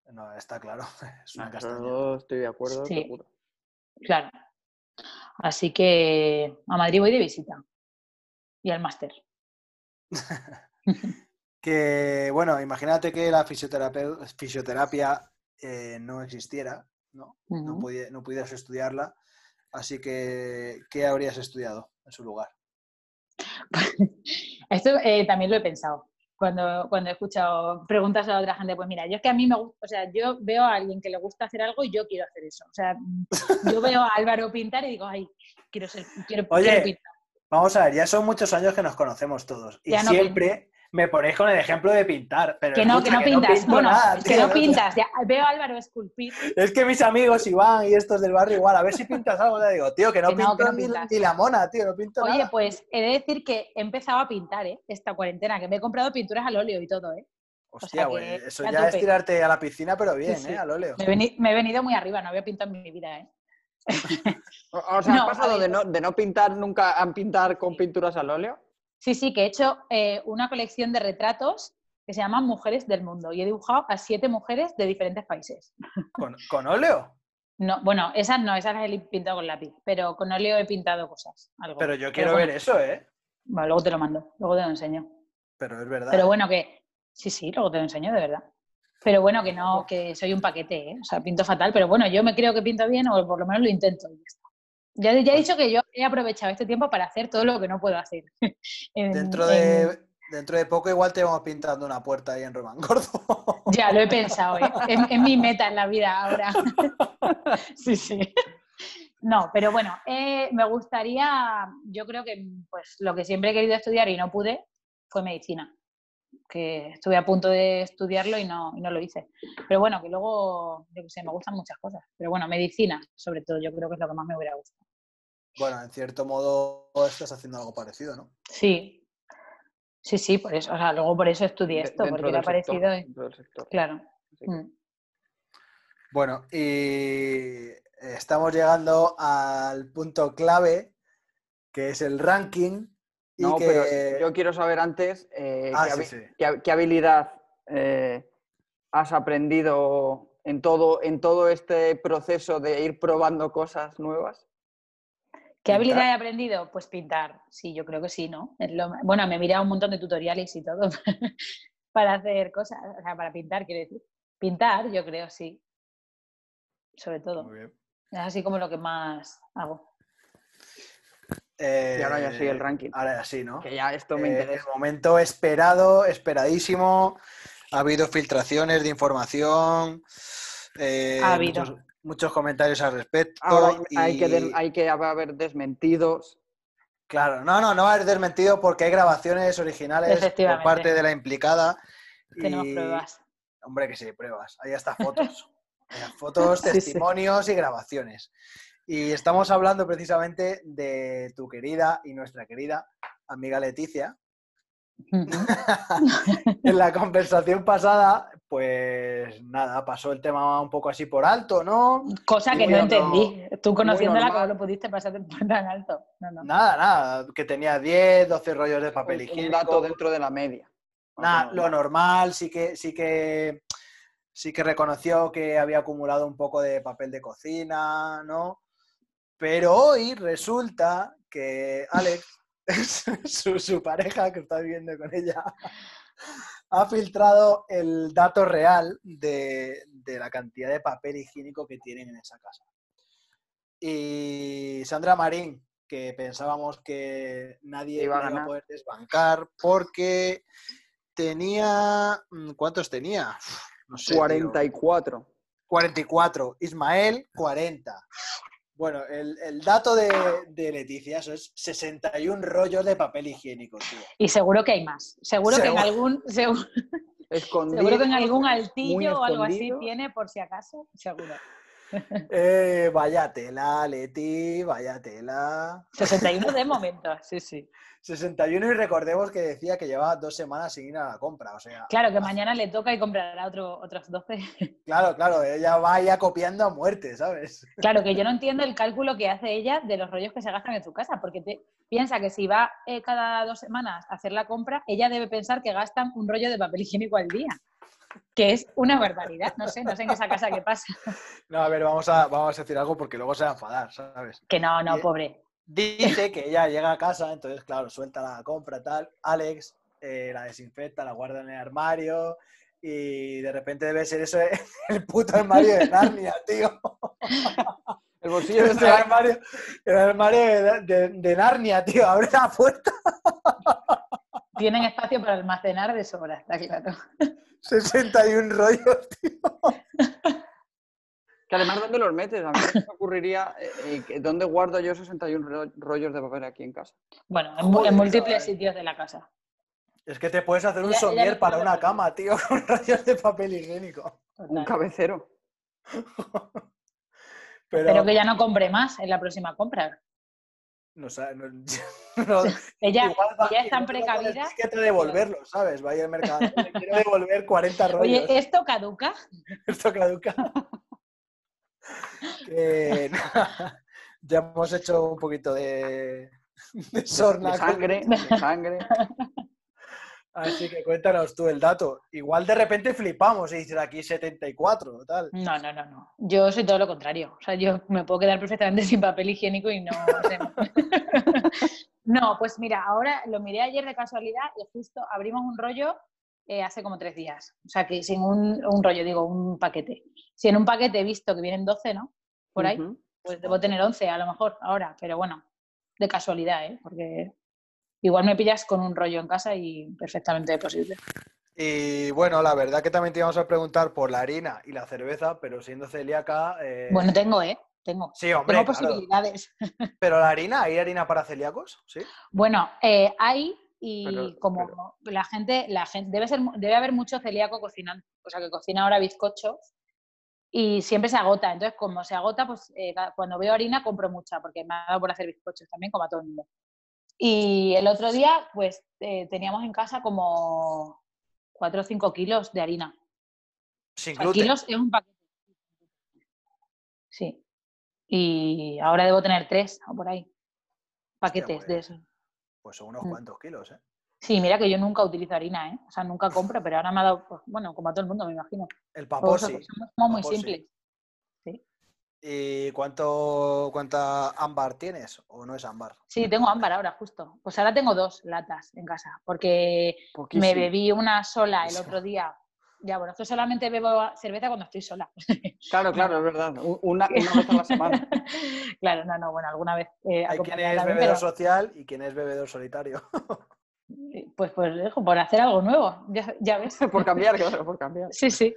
Speaker 3: No, no, no, está claro. Es una
Speaker 5: Ah, eso
Speaker 3: castaña.
Speaker 5: estoy de acuerdo,
Speaker 4: Sí.
Speaker 5: seguro.
Speaker 4: Claro. Así que a Madrid voy de visita. Y al máster.
Speaker 3: Que, bueno, imagínate que la fisioterape- fisioterapia eh, no existiera, ¿no? No,
Speaker 4: Ujú.
Speaker 3: pudi- no pudieras estudiarla. Así que, ¿qué habrías estudiado en su lugar?
Speaker 4: Esto eh, también lo he pensado cuando, cuando he escuchado preguntas a otra gente. Pues mira, yo es que a mí me gusta, o sea, yo veo a alguien que le gusta hacer algo y yo quiero hacer eso. O sea, yo veo a Álvaro pintar y digo, ay, quiero ser, quiero,
Speaker 3: Oye,
Speaker 4: quiero pintar.
Speaker 3: Vamos a ver, ya son muchos años que nos conocemos todos. Y
Speaker 4: Ya no
Speaker 3: siempre me ponéis con el ejemplo de pintar. Pero
Speaker 4: Que no, que
Speaker 3: escucha,
Speaker 4: no pintas.
Speaker 3: pinto
Speaker 4: bueno,
Speaker 3: nada,
Speaker 4: que
Speaker 3: tío,
Speaker 4: no pintas. ya, veo a Álvaro esculpir.
Speaker 3: Es que mis amigos Iván y estos del barrio igual, a ver si pintas algo, le digo, tío, que no
Speaker 4: Que no,
Speaker 3: pinto
Speaker 4: que no
Speaker 3: ni,
Speaker 4: pintas.
Speaker 3: ni la mona, tío, no pinto
Speaker 4: Oye,
Speaker 3: nada.
Speaker 4: pues he de decir que he empezado a pintar, ¿eh? Esta cuarentena, que me he comprado pinturas al óleo y todo, ¿eh?
Speaker 3: Hostia,
Speaker 4: sea
Speaker 3: güey,
Speaker 4: que
Speaker 3: eso
Speaker 4: a
Speaker 3: ya es
Speaker 4: tope.
Speaker 3: tirarte a la piscina, pero bien,
Speaker 4: sí.
Speaker 3: ¿eh? Al óleo.
Speaker 4: Me he, veni- me he venido muy arriba, no había pintado en mi vida, ¿eh?
Speaker 5: O, o sea,
Speaker 4: No,
Speaker 5: has
Speaker 4: a
Speaker 5: pasado de
Speaker 4: ver.
Speaker 5: no, de no pintar nunca a pintar con pinturas al óleo.
Speaker 4: Sí, sí, que he hecho eh, una colección de retratos que se llama Mujeres del Mundo y he dibujado a siete mujeres de diferentes países.
Speaker 3: ¿Con, con óleo?
Speaker 4: No, bueno, esas no, esas las he pintado con lápiz, pero con óleo he pintado cosas. Algo.
Speaker 3: Pero yo quiero
Speaker 4: bueno,
Speaker 3: ver eso, ¿eh?
Speaker 4: bueno, luego te lo mando, luego te lo enseño.
Speaker 3: Pero es verdad.
Speaker 4: Pero
Speaker 3: ¿eh?
Speaker 4: bueno, que sí, sí, luego te lo enseño, de verdad. Pero bueno, que no, que soy un paquete, ¿eh? o sea, pinto fatal, pero bueno, yo me creo que pinto bien o por lo menos lo intento. y ya, está. Ya-
Speaker 3: Pues
Speaker 4: ya he dicho que yo he aprovechado este tiempo para hacer todo lo que no puedo hacer. En-
Speaker 3: Dentro
Speaker 4: en-
Speaker 3: de, dentro de poco igual te vamos pintando una puerta ahí en Román Gordo.
Speaker 4: Ya, lo he pensado, ¿eh? es, es mi meta en la vida ahora. sí, sí. No, pero bueno, eh, me gustaría, yo creo que pues lo que siempre he querido estudiar y no pude fue medicina, que estuve a punto de estudiarlo y no, y no lo hice. Pero bueno, que luego, yo qué sé, me gustan muchas cosas. Pero bueno, medicina, sobre todo, yo creo que es lo que más me hubiera gustado.
Speaker 3: bueno, en cierto modo estás haciendo algo parecido, ¿no?
Speaker 4: Sí, sí, sí, por eso, o sea, luego por eso estudié
Speaker 5: de-
Speaker 4: esto,
Speaker 5: dentro
Speaker 4: porque
Speaker 5: del
Speaker 4: era
Speaker 5: sector,
Speaker 4: parecido, ¿eh? y-
Speaker 5: dentro del sector.
Speaker 4: claro.
Speaker 5: Así que-
Speaker 4: mm.
Speaker 3: Bueno, y estamos llegando al punto clave, que es el ranking. Y
Speaker 5: No,
Speaker 3: que...
Speaker 5: pero yo quiero saber antes eh,
Speaker 3: Ah,
Speaker 5: qué,
Speaker 3: sí,
Speaker 5: habi-
Speaker 3: sí.
Speaker 5: qué hab- qué habilidad eh, has aprendido en todo, en todo este proceso de ir probando cosas nuevas.
Speaker 4: ¿Qué
Speaker 5: Pintar.
Speaker 4: habilidad he aprendido? Pues pintar. Sí, yo creo que sí, ¿no? Es lo- Bueno, me he mirado un montón de tutoriales y todo para hacer cosas, o sea, para pintar, quiero decir. Pintar, yo creo, sí. Sobre todo.
Speaker 3: Muy bien.
Speaker 4: Es así como lo que más hago.
Speaker 5: Y ahora ya
Speaker 3: Eh,
Speaker 5: sigue el ranking.
Speaker 3: Ahora sí, ¿no?
Speaker 5: Que ya esto me
Speaker 3: Eh,
Speaker 5: interesa.
Speaker 3: el momento esperado, esperadísimo. Ha habido filtraciones de información. eh,
Speaker 4: Ha habido.
Speaker 3: Muchos, muchos comentarios al respecto.
Speaker 5: Ahora Ah, hay, hay que
Speaker 3: y-
Speaker 5: des- hay que haber desmentidos.
Speaker 3: Claro, no, no, no va a haber desmentido porque hay grabaciones originales por
Speaker 4: Efectivamente.
Speaker 3: parte de la implicada. y-
Speaker 4: Tenemos pruebas.
Speaker 3: Hombre, que sí, pruebas. Hay hasta fotos. Hay fotos,
Speaker 5: Sí, sí.
Speaker 3: testimonios y grabaciones. Y estamos hablando precisamente de tu querida y nuestra querida amiga Leticia. en la conversación pasada, pues nada, pasó el tema un poco así por alto, ¿no?
Speaker 4: Cosa que
Speaker 5: Muy
Speaker 4: no
Speaker 5: normal.
Speaker 4: entendí. Tú conociéndola,
Speaker 5: normal.
Speaker 4: ¿cómo lo pudiste pasar por tan alto? No, no.
Speaker 3: Nada, nada, que tenía 10, 12 rollos de papel
Speaker 5: Pues Un-
Speaker 3: higiénico.
Speaker 5: un dato dentro de la media.
Speaker 3: Nada,
Speaker 5: Vamos,
Speaker 3: lo normal, sí que, sí que sí que reconoció que había acumulado un poco de papel de cocina, ¿no? Pero hoy resulta que Alex, su, su pareja que está viviendo con ella, ha filtrado el dato real de, de la cantidad de papel higiénico que tienen en esa casa. Y Sandra Marín, que pensábamos que nadie
Speaker 5: Iba a
Speaker 3: la
Speaker 5: ganar.
Speaker 3: poder desbancar porque tenía... mm, ¿Cuántos tenía? Uf, No sé. tío.
Speaker 5: 44.
Speaker 3: 44. Ismael, 40. Bueno, el, el dato de, de Leticia, eso es 61 rollos de papel higiénico, tío.
Speaker 4: Y seguro que hay más. Seguro, que en
Speaker 3: Seguro.
Speaker 4: algún segu-
Speaker 5: Escondido.
Speaker 4: seguro que en algún
Speaker 5: muy
Speaker 4: altillo o algo así
Speaker 5: escondido.
Speaker 4: tiene por si acaso, seguro.
Speaker 3: Eh, vaya tela, Leti, vaya tela.
Speaker 4: 61 de momento, sí, sí.
Speaker 3: 61 y recordemos que decía que llevaba dos semanas sin ir a la compra, o sea,
Speaker 4: Claro, que mañana le toca y comprará otro, otros 12.
Speaker 3: claro, claro, ella va ya copiando a muerte, ¿sabes?
Speaker 4: Claro, que yo no entiendo el cálculo que hace ella de los rollos que se gastan en su casa, porque te- piensa que si va eh, cada dos semanas a hacer la compra, ella debe pensar que gastan un rollo de papel higiénico al día, que es una barbaridad. No sé, no sé en esa casa qué pasa.
Speaker 3: No, a ver, vamos a, vamos a decir algo porque luego se va a enfadar, ¿sabes?
Speaker 4: Que no, no,
Speaker 3: Eh,
Speaker 4: pobre.
Speaker 3: Dice que ella llega a casa, entonces, claro, suelta la compra, tal. Alex eh, la desinfecta, la guarda en el armario y de repente debe ser eso eh, el puto armario de Narnia, tío.
Speaker 5: El bolsillo de
Speaker 3: Es el armario, el armario de, de- de Narnia, tío. Abre la puerta.
Speaker 4: Tienen espacio para almacenar de sobra, está claro.
Speaker 3: 61 rollos.
Speaker 5: Que además, ¿dónde los metes? A mí se me ocurriría, eh, eh, que ¿dónde guardo yo 61 ro- rollos de papel aquí en casa?
Speaker 4: Bueno, en, mu- en
Speaker 3: Joder,
Speaker 4: múltiples
Speaker 3: chaval.
Speaker 4: sitios de la casa.
Speaker 3: Es que te puedes hacer un
Speaker 4: Ya- ya
Speaker 3: somier
Speaker 4: le
Speaker 3: para
Speaker 4: puedo
Speaker 3: una
Speaker 4: poner.
Speaker 3: cama, tío, con rollos de papel higiénico.
Speaker 5: Un
Speaker 4: Total.
Speaker 5: cabecero.
Speaker 3: Pero,
Speaker 4: Espero que ya no compre más en la próxima compra.
Speaker 3: no, sé, no- no-
Speaker 4: Ella,
Speaker 3: igual va-
Speaker 4: ella es
Speaker 3: igual
Speaker 4: tan
Speaker 3: va con el
Speaker 4: precavida.
Speaker 3: ticket a devolverlo, ¿sabes? Vaya al mercado. le Quiero devolver 40 rollos.
Speaker 4: Oye, ¿esto caduca?
Speaker 3: Esto caduca. Que, nada, ya hemos hecho un poquito de, de
Speaker 5: De
Speaker 3: sorna.
Speaker 5: sangre, de sangre.
Speaker 3: Así que cuéntanos tú el dato. Igual de repente flipamos y dices aquí 74 o tal.
Speaker 4: No, no, no, no. Yo soy todo lo contrario. O sea, yo me puedo quedar perfectamente sin papel higiénico y no. se me- no, pues mira, ahora lo miré ayer de casualidad y justo abrimos un rollo eh, hace como tres días. O sea, que sin un, un rollo, digo, un paquete. Si en un paquete he visto que vienen 12, ¿no? Por ahí,
Speaker 5: Ujú.
Speaker 4: pues debo tener 11 a lo mejor ahora, pero bueno, de casualidad, ¿eh? Porque igual me pillas con un rollo en casa y perfectamente posible.
Speaker 3: Eh. Y bueno, la verdad que también te íbamos a preguntar por la harina y la cerveza, pero siendo celíaca. eh,
Speaker 4: Bueno, tengo, ¿eh? Tengo.
Speaker 3: sí, hombre,
Speaker 4: Tengo
Speaker 3: claro.
Speaker 4: posibilidades.
Speaker 3: Pero la harina, ¿hay harina para celíacos? Sí.
Speaker 4: Bueno, eh, hay y
Speaker 5: Pero-
Speaker 4: como la gente, la gente debe ser, mu- debe haber mucho celíaco cocinando, o sea que cocina ahora bizcochos y siempre se agota. Entonces, como se agota, pues eh, ca- cuando veo harina compro mucha porque me ha dado por hacer bizcochos también como a todo el mundo. Y el otro día, pues eh, teníamos en casa como 4 o 5 kilos de harina.
Speaker 3: Sin
Speaker 4: O sea,
Speaker 3: gluten.
Speaker 4: kilos es un paquete. Sí. Y ahora debo tener tres o por ahí. Paquetes
Speaker 3: muy
Speaker 4: de
Speaker 3: bien.
Speaker 4: eso.
Speaker 3: Pues son unos
Speaker 4: Mm.
Speaker 3: cuantos kilos, ¿eh?
Speaker 4: Sí, mira que yo nunca utilizo harina, ¿eh? O sea, nunca compro, pero ahora me ha dado, pues, bueno, como a todo el mundo, me imagino.
Speaker 3: El
Speaker 4: Todos
Speaker 3: paposi.
Speaker 4: somos muy
Speaker 3: Paposi.
Speaker 4: simples. Sí.
Speaker 3: ¿Y cuánto, cuánta ámbar tienes o no es ámbar?
Speaker 4: Sí, tengo ámbar ahora, justo. Pues ahora tengo dos latas en casa, porque me bebí una sola el otro día. Ya, bueno, yo solamente bebo cerveza cuando estoy sola.
Speaker 5: Claro, claro, es verdad. Una, una vez a la semana.
Speaker 4: claro, no, no, bueno, alguna vez. eh,
Speaker 3: Hay quien es
Speaker 4: acompañada también,
Speaker 3: bebedor
Speaker 4: pero-
Speaker 3: social y quien es bebedor solitario.
Speaker 4: Pues, pues dejo, por hacer algo nuevo, ya, ya ves.
Speaker 5: Por cambiar, claro, por cambiar.
Speaker 4: Sí, sí.
Speaker 3: Yo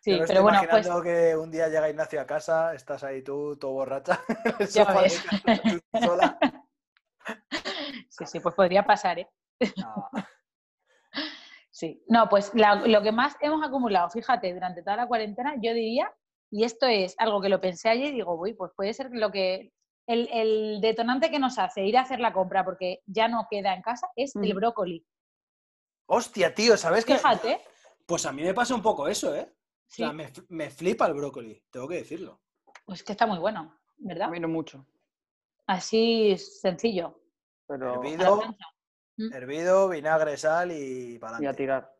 Speaker 4: Sí,
Speaker 3: me
Speaker 4: pero
Speaker 3: estoy
Speaker 4: bueno, pues
Speaker 3: imaginando que un día llega Ignacio a casa, estás ahí tú, todo borracha, en el
Speaker 4: Ya
Speaker 3: sofá de
Speaker 4: ves.
Speaker 3: casa, tú sola.
Speaker 4: sí, sí, pues podría pasar, ¿eh?
Speaker 3: No,
Speaker 4: Sí. No, pues la- lo que más hemos acumulado, fíjate, durante toda la cuarentena, yo diría, y esto es algo que lo pensé ayer y digo, uy, pues puede ser lo que. El, el detonante que nos hace ir a hacer la compra porque ya no queda en casa es el
Speaker 5: Mm.
Speaker 4: brócoli.
Speaker 3: Hostia, tío, ¿sabes qué?
Speaker 4: Fíjate.
Speaker 3: Pues a mí me pasa un poco eso, ¿eh?
Speaker 4: Sí,
Speaker 3: O sea, me, me flipa el brócoli, tengo que decirlo.
Speaker 4: pues que está muy bueno,
Speaker 5: A
Speaker 4: ¿verdad?
Speaker 5: mí no mucho,
Speaker 4: Así sencillo.
Speaker 5: pero...
Speaker 4: A la
Speaker 3: Hervido,
Speaker 4: plancha.
Speaker 3: hervido, vinagre, sal y para
Speaker 5: Y a
Speaker 3: adelante.
Speaker 5: tirar.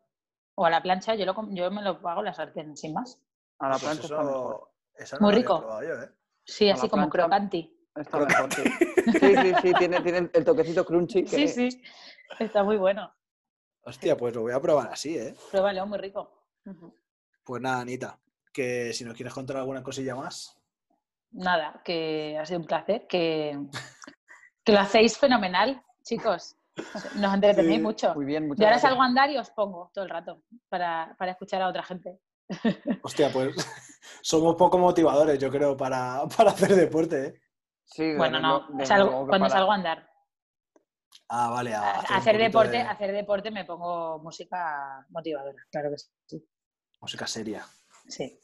Speaker 4: O a la plancha, yo, lo com- yo me lo hago en la sartén, sin más.
Speaker 5: A la plancha está mejor.
Speaker 3: Pues eso no
Speaker 4: Muy
Speaker 3: lo había
Speaker 4: rico.
Speaker 3: probado yo, ¿eh?
Speaker 4: Sí,
Speaker 5: A la
Speaker 4: así como
Speaker 5: plancha.
Speaker 4: crocanti.
Speaker 5: Está mejor, sí. Sí, sí, sí, tiene, tiene el toquecito crunchy.
Speaker 4: Sí,
Speaker 5: que-
Speaker 4: sí. Está muy bueno.
Speaker 3: Hostia, pues lo voy a probar así, ¿eh?
Speaker 4: Pruébalo, muy rico.
Speaker 3: Pues nada, Anita, que si nos quieres contar alguna cosilla más.
Speaker 4: Nada, que ha sido un placer, que, que lo hacéis fenomenal, chicos. Nos entretenéis
Speaker 3: Sí,
Speaker 4: mucho.
Speaker 5: Muy bien, muchas
Speaker 4: Yo ahora
Speaker 5: gracias.
Speaker 4: salgo a andar y os pongo todo el rato para, para escuchar a otra gente.
Speaker 3: Hostia, pues somos poco motivadores, yo creo, para, para hacer deporte, ¿eh?
Speaker 5: Sí,
Speaker 4: Bueno,
Speaker 5: desde
Speaker 4: no,
Speaker 5: luego- desde
Speaker 4: salgo-
Speaker 5: luego que
Speaker 4: cuando
Speaker 5: para-
Speaker 4: salgo a andar.
Speaker 3: Ah, vale, a
Speaker 4: A-
Speaker 3: hacer, un
Speaker 4: hacer
Speaker 3: poquito
Speaker 4: deporte,
Speaker 3: de
Speaker 4: hacer deporte me pongo música motivadora, claro que sí.
Speaker 3: música seria.
Speaker 4: Sí.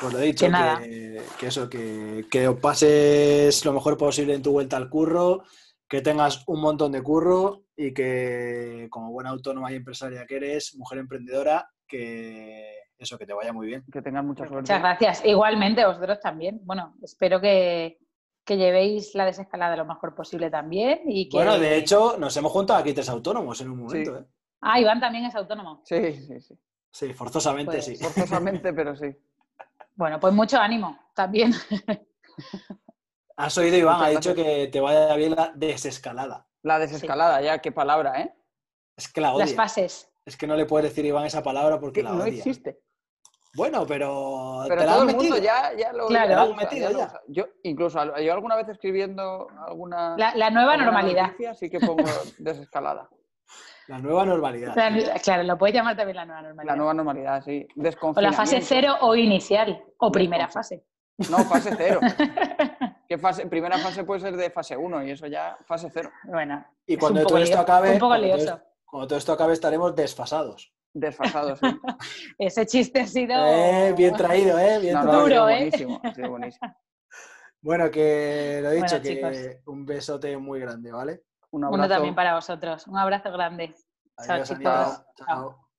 Speaker 3: Pues lo dicho,
Speaker 4: Que nada.
Speaker 3: que, que eso, que, que os pases lo mejor posible en tu vuelta al curro, que tengas un montón de curro y que como buena autónoma y empresaria que eres, mujer emprendedora, que eso, que te vaya muy bien.
Speaker 5: Que tengan mucha suerte.
Speaker 4: Muchas gracias. Igualmente, vosotros también. Bueno, espero que, que llevéis la desescalada lo mejor posible también. Y que...
Speaker 3: Bueno, de hecho, nos hemos juntado aquí tres autónomos en un momento,
Speaker 5: Sí.
Speaker 3: ¿eh?
Speaker 4: Ah, Iván también es autónomo.
Speaker 5: Sí, sí, sí.
Speaker 3: Sí, forzosamente
Speaker 4: Pues,
Speaker 3: sí.
Speaker 5: Forzosamente, pero sí.
Speaker 4: Bueno, pues mucho ánimo también.
Speaker 3: Has oído, Iván, ha
Speaker 5: Muchas
Speaker 3: dicho que te vaya bien la desescalada.
Speaker 5: La desescalada, ya, qué palabra, ¿eh?
Speaker 3: Es que la
Speaker 4: Las
Speaker 3: odia.
Speaker 4: fases.
Speaker 3: Es que no le puedes decir Iván esa palabra porque
Speaker 5: Que
Speaker 3: la
Speaker 5: no
Speaker 3: odia.
Speaker 5: existe.
Speaker 3: Bueno, pero,
Speaker 5: Pero
Speaker 3: te la
Speaker 5: todo
Speaker 3: han
Speaker 5: el mundo
Speaker 3: metido.
Speaker 5: ya, ya lo
Speaker 4: Claro.
Speaker 5: ya lo
Speaker 3: Lo han
Speaker 5: usa,
Speaker 3: metido
Speaker 5: lo
Speaker 3: ya.
Speaker 5: usa. Yo, incluso, al- yo alguna vez escribiendo alguna.
Speaker 4: La, la nueva
Speaker 5: alguna
Speaker 4: normalidad.
Speaker 5: noticia, sí que pongo desescalada.
Speaker 3: La nueva normalidad.
Speaker 4: La- claro, lo puedes llamar también la nueva normalidad.
Speaker 5: La nueva normalidad, sí.
Speaker 4: o la
Speaker 5: Desconfinamiento.
Speaker 4: fase cero o inicial. O primera fase.
Speaker 5: No, fase cero. ¿Qué fase? Primera fase puede ser de fase 1 y eso ya, fase cero.
Speaker 4: Bueno.
Speaker 3: Y
Speaker 4: es
Speaker 3: cuando
Speaker 4: un poco
Speaker 3: todo esto
Speaker 4: lío-
Speaker 3: acabe,
Speaker 4: Un poco
Speaker 3: cuando todo
Speaker 4: lioso.
Speaker 3: Cuando todo esto acabe estaremos desfasados.
Speaker 5: Desfasado, sí.
Speaker 4: Ese chiste ha sido.
Speaker 3: Eh, bien traído, ¿eh? Bien
Speaker 5: No, no,
Speaker 3: traído.
Speaker 5: ha sido
Speaker 4: Duro, ¿eh?
Speaker 5: buenísimo, ha sido buenísimo.
Speaker 3: Bueno, que lo he dicho,
Speaker 4: Bueno,
Speaker 3: que un besote muy grande, ¿vale?
Speaker 5: Un
Speaker 4: Uno
Speaker 5: abrazo.
Speaker 4: también para vosotros. Un abrazo grande. Chao,
Speaker 3: Adiós,
Speaker 4: chicos.
Speaker 3: Anita.
Speaker 4: Chao.
Speaker 3: Chao.